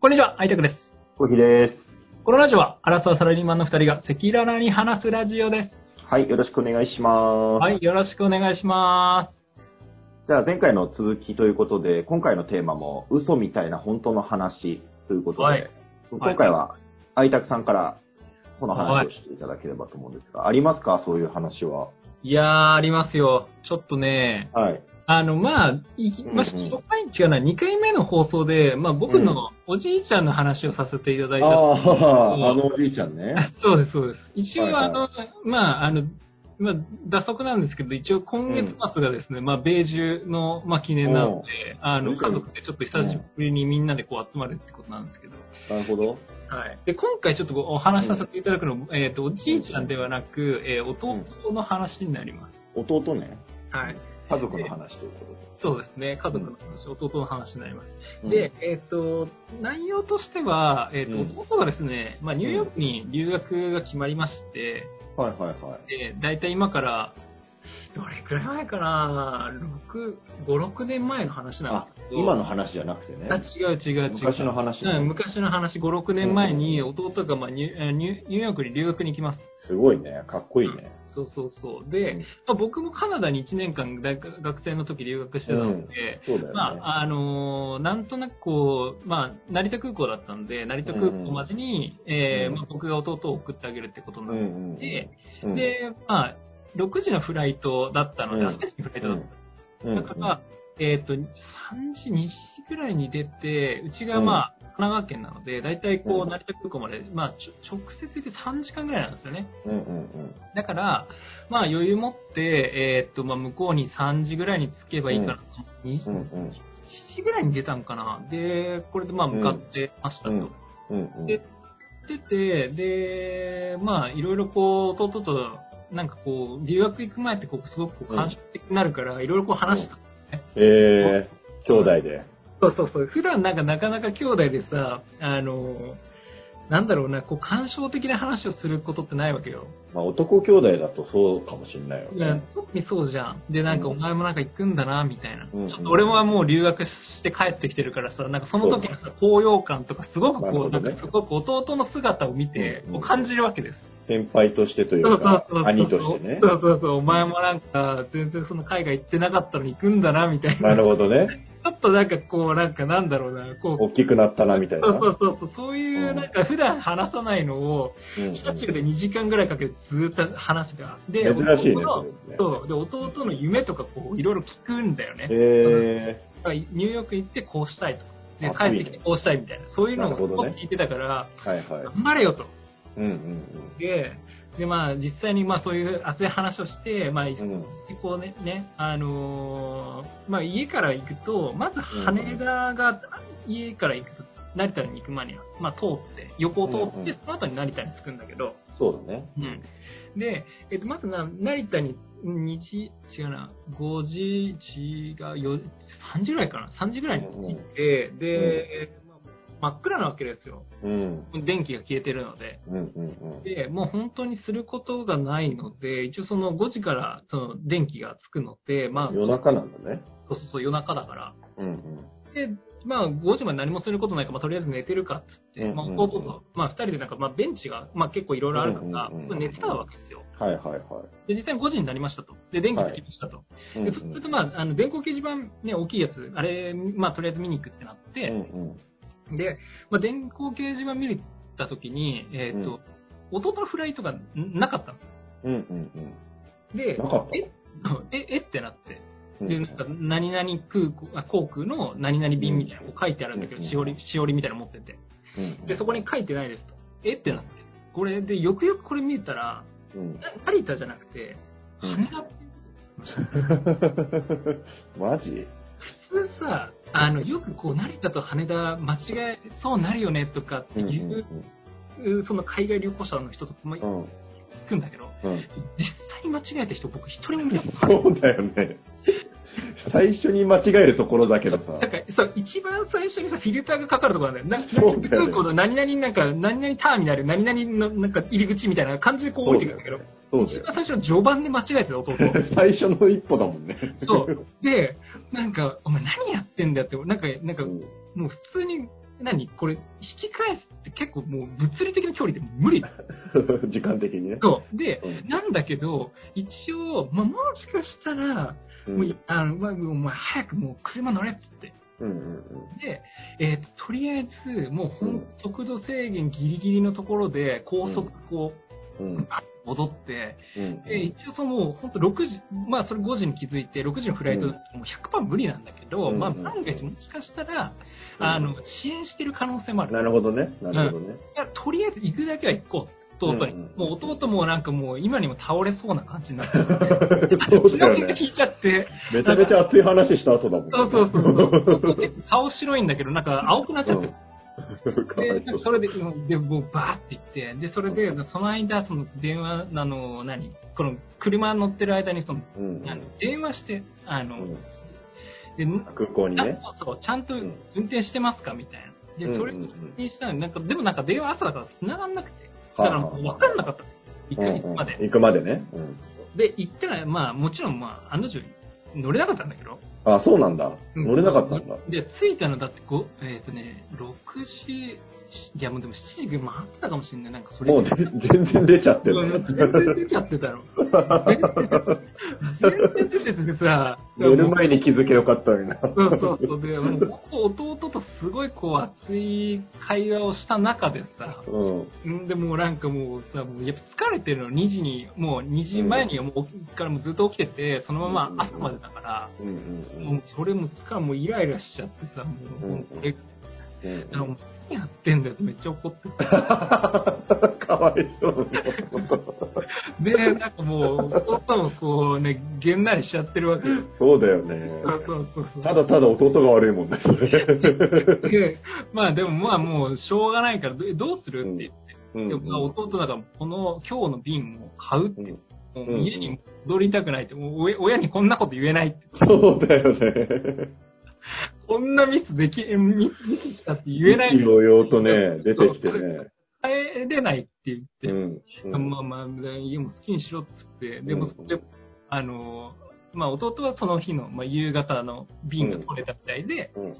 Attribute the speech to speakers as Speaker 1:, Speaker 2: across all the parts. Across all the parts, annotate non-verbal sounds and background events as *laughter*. Speaker 1: こんにちは、アイタクです。
Speaker 2: コーヒーです。
Speaker 1: このラジオは、アラサーサラリーマンの二人が赤裸々に話すラジオです。
Speaker 2: はい、よろしくお願いします。
Speaker 1: はい、よろしくお願いしま
Speaker 2: じゃあ前回の続きということで、今回のテーマも嘘みたいな本当の話ということで、
Speaker 1: はい
Speaker 2: 今回は愛拓さんからこの話をしていただければと思うんですが、ありますかそういう話は。
Speaker 1: す。いやー、ありますよ。ちょっとね、
Speaker 2: はい。
Speaker 1: あの、まあ、いきまあ、
Speaker 2: うんうん
Speaker 1: 初回、違うな、2回目の放送で、まあ、僕のおじいちゃんの話をさせていただい
Speaker 2: あ
Speaker 1: た。
Speaker 2: あ、あのおじいちゃんね。
Speaker 1: *laughs* そうです、そうです。一応、
Speaker 2: はいはい
Speaker 1: あの、まあ、あの、まあ、脱足なんですけど、一応今月末がですね、まあ、米中の、まあ、記念なので、あの、
Speaker 2: うん
Speaker 1: 家族でちょっと久しぶりにみんなでこう集まるってことなんですけど、
Speaker 2: なるほど。
Speaker 1: はい。で、今回ちょっとお話しさせていただくの、えっ、と、おじいちゃんではなく、えー弟の話になります。
Speaker 2: 弟ね。
Speaker 1: はい。
Speaker 2: 家族の話ということで。
Speaker 1: そうですね。家族の話、弟の話になります。
Speaker 2: うん
Speaker 1: で、、えっ、と、内容としては、えっ、
Speaker 2: うん
Speaker 1: と、弟がですね、まあ、ニューヨークに留学が決まりまして、
Speaker 2: はいはいはい。
Speaker 1: で、大体今から、どれくらい前かな、6、5、6年前の話なん
Speaker 2: あ
Speaker 1: ですけ、ど、
Speaker 2: 今の話じゃなくてね
Speaker 1: あ。違う違う違う。
Speaker 2: 昔の話、
Speaker 1: うん昔の話、5、6年前に弟が、まあ、ニュニュニューヨークに留学に行きます。
Speaker 2: すごいね。かっこいいね。
Speaker 1: そうそうそう。で、まあ、僕もカナダに1年間大学学生の時留学してたので、
Speaker 2: そうだよね。
Speaker 1: まあ、あのーなんとなくこう、まあ、成田空港だったんで、成田空港までに、えー
Speaker 2: うん
Speaker 1: まあ、僕が弟を送ってあげるってことに
Speaker 2: う
Speaker 1: なっ
Speaker 2: んうん。
Speaker 1: て、
Speaker 2: うん、
Speaker 1: で、まあ、6時のフライトだったので、
Speaker 2: うん
Speaker 1: 朝時のフライトだっ
Speaker 2: うん、
Speaker 1: た。だから、えっ、と、3時、2時ぐらいに出て、うちがまあ、神奈川県なので、だいたいこ
Speaker 2: う
Speaker 1: う、
Speaker 2: ん
Speaker 1: 成田空港まで、まあ、ちょ直接行って3時間ぐらいなんですよね。
Speaker 2: うんうんうん
Speaker 1: だから、まあ、余裕持って、えっ、と、まあ、向こうに3時ぐらいに着けばいいかなと思って、2時、
Speaker 2: うんうん
Speaker 1: 7時ぐらいに出たのかな。で、これでまあ、向かってましたと。
Speaker 2: うんうんうん
Speaker 1: でってて、で、まあ、いろいろこう、弟と、なんかこう、留学行く前って、こう、すごくこう、
Speaker 2: うん
Speaker 1: 感触的になるから、いろいろこう話した。
Speaker 2: えー、兄弟で。
Speaker 1: そうそうそう。普段なんかなかなか兄弟でさ、あの、なんだろうな、こう、感傷的な話をすることってないわけよ。
Speaker 2: まあ、男兄弟だとそうかもしんないよ
Speaker 1: いや
Speaker 2: ね。
Speaker 1: 特にそうじゃん。で、なんか、
Speaker 2: う
Speaker 1: お
Speaker 2: ん
Speaker 1: 前もなんか行くんだな、みたいな。
Speaker 2: うん
Speaker 1: ちょっと俺はもう留学して帰ってきてるからさ、なんかその時のさ、高揚感とか、すごくこう、
Speaker 2: な
Speaker 1: な
Speaker 2: るほどね
Speaker 1: んかすごく弟の姿を見て、
Speaker 2: うん
Speaker 1: こう感じるわけです。
Speaker 2: 先輩としてというか、兄としてね
Speaker 1: そ。うそうそう、お前もなんか、全然その海外行ってなかったのに行くんだな、みたい
Speaker 2: な
Speaker 1: な。ち
Speaker 2: るほどね。
Speaker 1: ょっとなんかこう、なんかなんだろうな、こう、
Speaker 2: 大きくなったな、みたいな。
Speaker 1: そうそうそうそう、そういうう、
Speaker 2: ん
Speaker 1: なんか普段話さないのを、
Speaker 2: うんうん
Speaker 1: 車中で2時間ぐらいかけてずーっと話が。で、
Speaker 2: 珍しいね、
Speaker 1: 弟
Speaker 2: そ
Speaker 1: の
Speaker 2: れね。
Speaker 1: そう、で、弟の夢とかこう、いろいろ聞くんだよね。
Speaker 2: え
Speaker 1: だからニューヨーク行ってこうしたいとか。で
Speaker 2: あ
Speaker 1: 帰ってき
Speaker 2: いい
Speaker 1: て
Speaker 2: ね
Speaker 1: こうしたいみたいな、そういうのを
Speaker 2: なるほどね
Speaker 1: 聞いてたから、
Speaker 2: ー、はいはい。
Speaker 1: 頑張れよと。
Speaker 2: うんうん
Speaker 1: で、でまあ、実際にまあそういう熱い話をして、まあ、
Speaker 2: うん。うん
Speaker 1: でこうね、ねあのーまあ、家から行くと、まず羽田が、家から行くと、成田に行く前には、まあ、通って、横を通
Speaker 2: うん
Speaker 1: っ
Speaker 2: うん
Speaker 1: て、その後に成田に着くんだけど、
Speaker 2: そうだね。
Speaker 1: うんで、えっと、まずな、成田に、2時、違うな、5時、1が4、3時ぐらいかな、3時ぐらいに着いて、で、まあ真っ暗なわけですよ。
Speaker 2: うん。
Speaker 1: 電気が消えてるので。
Speaker 2: うんうん
Speaker 1: で、もう本当にすることがないので、一応その5時からその電気がつくので、まあ
Speaker 2: うん。、夜中なんだね。
Speaker 1: そうそうそう夜中だから。
Speaker 2: うんうん。
Speaker 1: で、まあ5時まで何もすることないから、まあとりあえず寝てるかっつって、
Speaker 2: うんうん
Speaker 1: まあ弟と、まあ二人でなんか、まあベンチが、まあ結構いろいろあるから
Speaker 2: うんうんうん、
Speaker 1: まあ寝てたわけですよ。
Speaker 2: はいはいは
Speaker 1: で、実際に5時になりましたと。で、電気つきましたと。
Speaker 2: い。うんう
Speaker 1: で、
Speaker 2: ん
Speaker 1: それとまあ、あの、電光掲示板ね、大きいやつ、あれ、まあとりあえず見に行くってなって、
Speaker 2: うんうん。
Speaker 1: で、まあ、電光掲示板見たときに、えっ、と、弟のフライトがんなかったんですよ。
Speaker 2: うんうん
Speaker 1: で、
Speaker 2: なかった
Speaker 1: ええ、えってなって。
Speaker 2: うん。
Speaker 1: で、なんか、何々空港、あ航空の何々便みたいなのを書いてあるんだけ
Speaker 2: うん
Speaker 1: ど、しおり、しおりみたいなの持ってて。
Speaker 2: うん
Speaker 1: で、そこに、書いてないですと。えってなって。これで、よくよくこれ見たら、
Speaker 2: うん、
Speaker 1: な成田じゃなくて、
Speaker 2: うん
Speaker 1: 羽田って、
Speaker 2: *laughs* マジ
Speaker 1: 普通さ、あの、よくこう、成田と羽田間違えそうなるよねとかって
Speaker 2: うんう
Speaker 1: いう、
Speaker 2: ん
Speaker 1: その海外旅行者の人とかも
Speaker 2: う
Speaker 1: 行
Speaker 2: んうん
Speaker 1: くんだけど、
Speaker 2: うん
Speaker 1: 実際に間違えた人僕一人も見たことない。
Speaker 2: そうだよね。最初に間違えるところだけどさ。
Speaker 1: なんかそう一番最初にさフィルターがかかるところなんだよ。な
Speaker 2: そうだよね
Speaker 1: 空港の何々なんか何々ターミナル何々のなんか入り口みたいな感じでこう降りてくるんだけど、
Speaker 2: そうだ
Speaker 1: 一
Speaker 2: よ。
Speaker 1: 番最初の序盤で間違えてた弟。
Speaker 2: 最初の一歩だもんね。
Speaker 1: そうでなんかお前何やってんだよってなんかなんか
Speaker 2: うん
Speaker 1: もう普通に何これ、引き返すって結構もう物理的な距離で無理。
Speaker 2: *laughs* 時間的にね。
Speaker 1: そう。で、
Speaker 2: うん
Speaker 1: なんだけど、一応、まあ、もしかしたら、
Speaker 2: うん
Speaker 1: もうあの、まあもうお前早くもう車乗れっつって。
Speaker 2: うんうん
Speaker 1: で、えーと、とりあえず、もうほん速度制限ギリギリのところで、高速こ
Speaker 2: うん。う
Speaker 1: う、
Speaker 2: ん
Speaker 1: 戻って、
Speaker 2: うん
Speaker 1: で、一応そのもう本当6時、まあそれ5時に気づいて、6時のフライトだともう100%無理なんだけど、
Speaker 2: うん
Speaker 1: まあ
Speaker 2: うん
Speaker 1: 万が一もしかしたら、
Speaker 2: うん
Speaker 1: あの、支援してる可能性もある。
Speaker 2: なるほどね。なるほどね。
Speaker 1: いやとりあえず行くだけは行こう。弟に
Speaker 2: うんうん
Speaker 1: もう弟もなんかもう今にも倒れそうな感じに
Speaker 2: *laughs*
Speaker 1: なって、
Speaker 2: そうだよ
Speaker 1: が
Speaker 2: ね。
Speaker 1: 引いちゃって、
Speaker 2: めちゃめちゃ熱い話した後だもんね。
Speaker 1: そうそうそうそう。で顔白いんだけど、なん
Speaker 2: *laughs*
Speaker 1: か青くなっちゃって、
Speaker 2: うん。 *laughs* かわ
Speaker 1: で
Speaker 2: いそう。
Speaker 1: それで、うんで、もうバーって行って、で、それで、その間、その電話、あの、何この車乗ってる間に、その、
Speaker 2: うんうん
Speaker 1: あの電話して、あの、
Speaker 2: うん
Speaker 1: で、ん
Speaker 2: 空港に
Speaker 1: あ
Speaker 2: ね。
Speaker 1: そうそう、ちゃんと
Speaker 2: ん
Speaker 1: 運転してますかみたいな。で、それ
Speaker 2: うんうん
Speaker 1: に
Speaker 2: うん
Speaker 1: したら、なんか、でもなんか電話朝だから繋がんなくて、だからもう分かんなかった。行く、行くまで。
Speaker 2: 行くまでね。うん
Speaker 1: で、行ったら、まあ、もちろん、まあ、案の定、乗れなかったんだけど。
Speaker 2: あ、そうなんだ。
Speaker 1: うん
Speaker 2: 乗れなかったんだ。
Speaker 1: で、着いたのだって、ごえっ、とね、6時、いや、もうでも7時回ってたかもしれない。なんかそれ
Speaker 2: もうで全然出ちゃって
Speaker 1: いやいや
Speaker 2: る。
Speaker 1: 全然出ちゃってたろ。全然出ててさ、
Speaker 2: 寝る前に気づけよかったのにな。
Speaker 1: そうそうそう。で、もう本当弟とすごいこう熱い会話をした中でさ、
Speaker 2: うん。
Speaker 1: んでもうなんかもうさ、もうやっぱ疲れてるの、2時に、もう2時前にはもう起きからもうずっと起きてて、そのまま朝までだから、
Speaker 2: うんうん
Speaker 1: もうそれも疲れ、もうイライラしちゃってさ、もうもうこれ、
Speaker 2: うんうん。
Speaker 1: あのもう何やってんだよってめっちゃ怒ってさ。
Speaker 2: かわいそう
Speaker 1: で、なんかもう、弟もこうね、げんなりしちゃってるわけよ。
Speaker 2: そうだよ
Speaker 1: そうそ
Speaker 2: ね。
Speaker 1: うそうそう。
Speaker 2: ただただ弟が悪いもんね、それ。
Speaker 1: でまあでもまあもうしょうがないからどどうするって言って、
Speaker 2: うん
Speaker 1: でもまあ弟だからこの今日の瓶を買うって、
Speaker 2: うん
Speaker 1: も
Speaker 2: う
Speaker 1: うん家に戻りたくないって、もう親親にこんなこと言えないって、
Speaker 2: そうだよね。
Speaker 1: こんなミスでき、ミスミスしたって言えない
Speaker 2: 意気揚々とね、出てきてね。
Speaker 1: 帰れないって言って、
Speaker 2: うん。
Speaker 1: まあまあ、家も好きにしろって言って、でも、
Speaker 2: うん
Speaker 1: でもあの、まあ弟はその日の、まあ、夕方の瓶が取れたみたいで、
Speaker 2: うんうん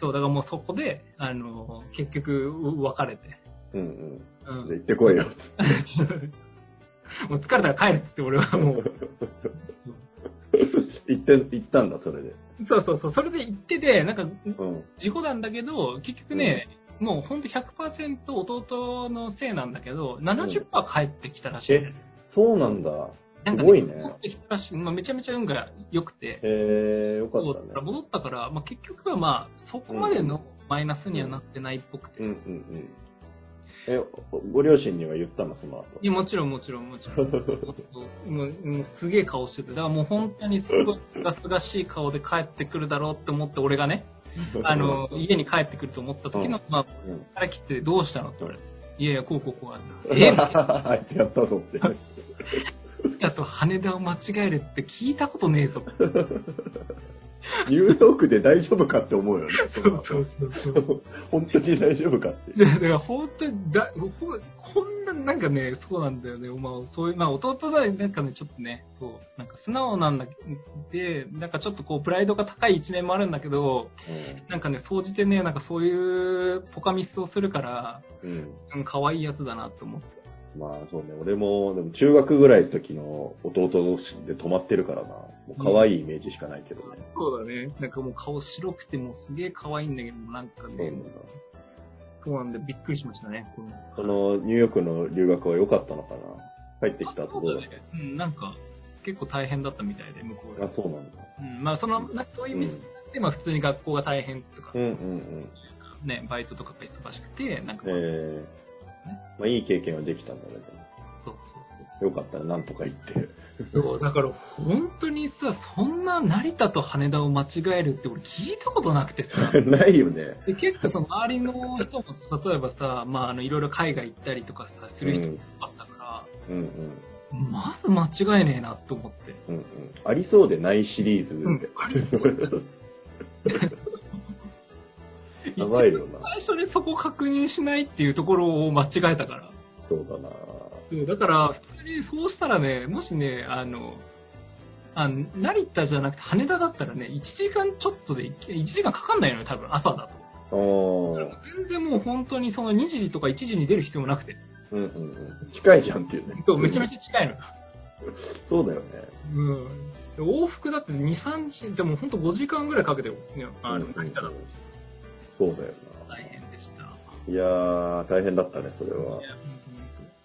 Speaker 1: そう、だからもうそこで、あの、結局、う別れて。
Speaker 2: うん
Speaker 1: う
Speaker 2: うんん。で。行ってこいよ。
Speaker 1: *laughs* もう疲れたから帰るっつって俺はも
Speaker 2: *laughs*
Speaker 1: う。
Speaker 2: 行って、行ったんだ、それで。
Speaker 1: そうそうそう、それで行ってて、なんか
Speaker 2: うん。
Speaker 1: 事故なんだけど、結局ね、もうほんと100%弟のせいなんだけど、70%帰ってきたらしい。
Speaker 2: えそうなんだ。
Speaker 1: なんか
Speaker 2: すごいね
Speaker 1: 戻ってきたらしい。まあ、めちゃめちゃ運が良くて。
Speaker 2: へえ、よかっ
Speaker 1: そう
Speaker 2: た
Speaker 1: だから
Speaker 2: ね。
Speaker 1: 戻ったから、まあ、結局はまあ、そこまでのマイナスにはなってないっぽくて。
Speaker 2: うんうんうん。え、ご両親には言ったの、その後
Speaker 1: い。やもちろんもちろんもちろん。もうもうすげえ顔してて、だからもう本当にすごいすがすがしい顔で帰ってくるだろうって思って、俺がね、あ
Speaker 2: *laughs*
Speaker 1: の、家に帰ってくると思った時の、まあ、
Speaker 2: うん。
Speaker 1: から来てどうしたのって言われて、いやいや、こうこうこうあんな *laughs* えー
Speaker 2: あいつやったぞって。 *laughs*
Speaker 1: あと羽田を間違えるって聞いたことねえぞ。
Speaker 2: ニューヨークで大丈夫かって思うよね。
Speaker 1: そうそうそうそう。
Speaker 2: 本当に大丈夫かっていう。
Speaker 1: で *laughs* だから本当にだほこんな、なんかね、そうなんだよね、まあ、そういう、まあ、弟がなんかね、ちょっとね、そう、なんか素直なんだで、なんかちょっとこう、プライドが高い一面もあるんだけど、なんかね、総じてね、なんかそういうポカミスをするから、
Speaker 2: うん
Speaker 1: うん、可愛いやつだなって思って。
Speaker 2: まあそうね、俺も、でも中学ぐらいの時の弟同士で泊まってるからな。もう可愛いイメージしかないけどね。
Speaker 1: そうだね。なんかもう顔白くてもうすげえ可愛いんだけど、なんか
Speaker 2: そうな
Speaker 1: ね、
Speaker 2: んだ
Speaker 1: そうなんでびっくりしましたね。この
Speaker 2: そのニューヨークの留学は良かったのかな帰ってきた
Speaker 1: あそ
Speaker 2: 後どう
Speaker 1: う
Speaker 2: だ
Speaker 1: だね。うん、なんか結構大変だったみたいで、向こう
Speaker 2: あ
Speaker 1: で。、
Speaker 2: そうなんだ。
Speaker 1: うん、まあその、なそういう意味で、まあ普通に学校が大変とか
Speaker 2: うん、うん
Speaker 1: ね、バイトとかが忙しくて、なんか
Speaker 2: うん。
Speaker 1: まあ、
Speaker 2: えー、まあいい経験はできたんだね。
Speaker 1: そうそ
Speaker 2: よ
Speaker 1: う
Speaker 2: かったね、なんとか行って。 *laughs*
Speaker 1: そう。そう、だから本当にさ、そんな成田と羽田を間違えるって俺聞いたことなくて
Speaker 2: *laughs*
Speaker 1: さ。
Speaker 2: ないよね。
Speaker 1: で結構その周りの人も、例えばさ、まあ、あのいろいろ海外行ったりとかさする人もあったか
Speaker 2: うんうん。
Speaker 1: ら、まず間違いねえなと思って。
Speaker 2: うんうん、ありそうでないシリーズ
Speaker 1: うん
Speaker 2: で。
Speaker 1: ありそう
Speaker 2: *laughs* やばいよな。
Speaker 1: 最初でそこ確認しないっていうところを間違えたから。
Speaker 2: そうだな。
Speaker 1: そうだから、普通にそうしたらね、もしね、あの、あ成田じゃなくて羽田だったらね、1時間ちょっとで行け、1時間かかんないのよ、多分朝だと。
Speaker 2: おー。
Speaker 1: 全然もう本当にその2時とか1時に出る必要もなくて。
Speaker 2: うんうんうん。近いじゃんっていうね。
Speaker 1: そう、めちゃめちゃ近いの。
Speaker 2: そうだよね。
Speaker 1: うん。で往復だって2、3時、でも本当5時間ぐらいかけて、ね、あの、
Speaker 2: うんうん
Speaker 1: 成田だと
Speaker 2: そうだよな。
Speaker 1: 大変でした。
Speaker 2: いやー、大変だったね、それは。
Speaker 1: いや本当に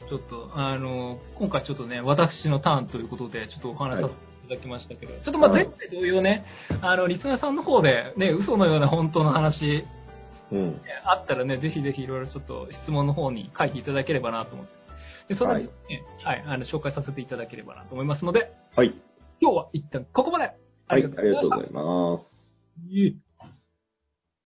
Speaker 1: ちょっと、あの、今回ちょっとね、私のターンということで、ちょっとお話しさせていただきましたけど、ちょっとまあ
Speaker 2: はい
Speaker 1: 前回同様ね、あの、リスナーさんの方で、ね、嘘のような本当の話、
Speaker 2: うん。
Speaker 1: あったらね、ぜひぜひいろいろちょっと質問の方に書いていただければなと思って。で、それで、ね、はい、あの、紹介させていただければなと思いますので、
Speaker 2: はい。
Speaker 1: 今日は一旦ここまで
Speaker 2: はい、ありがとうございます。
Speaker 1: いえ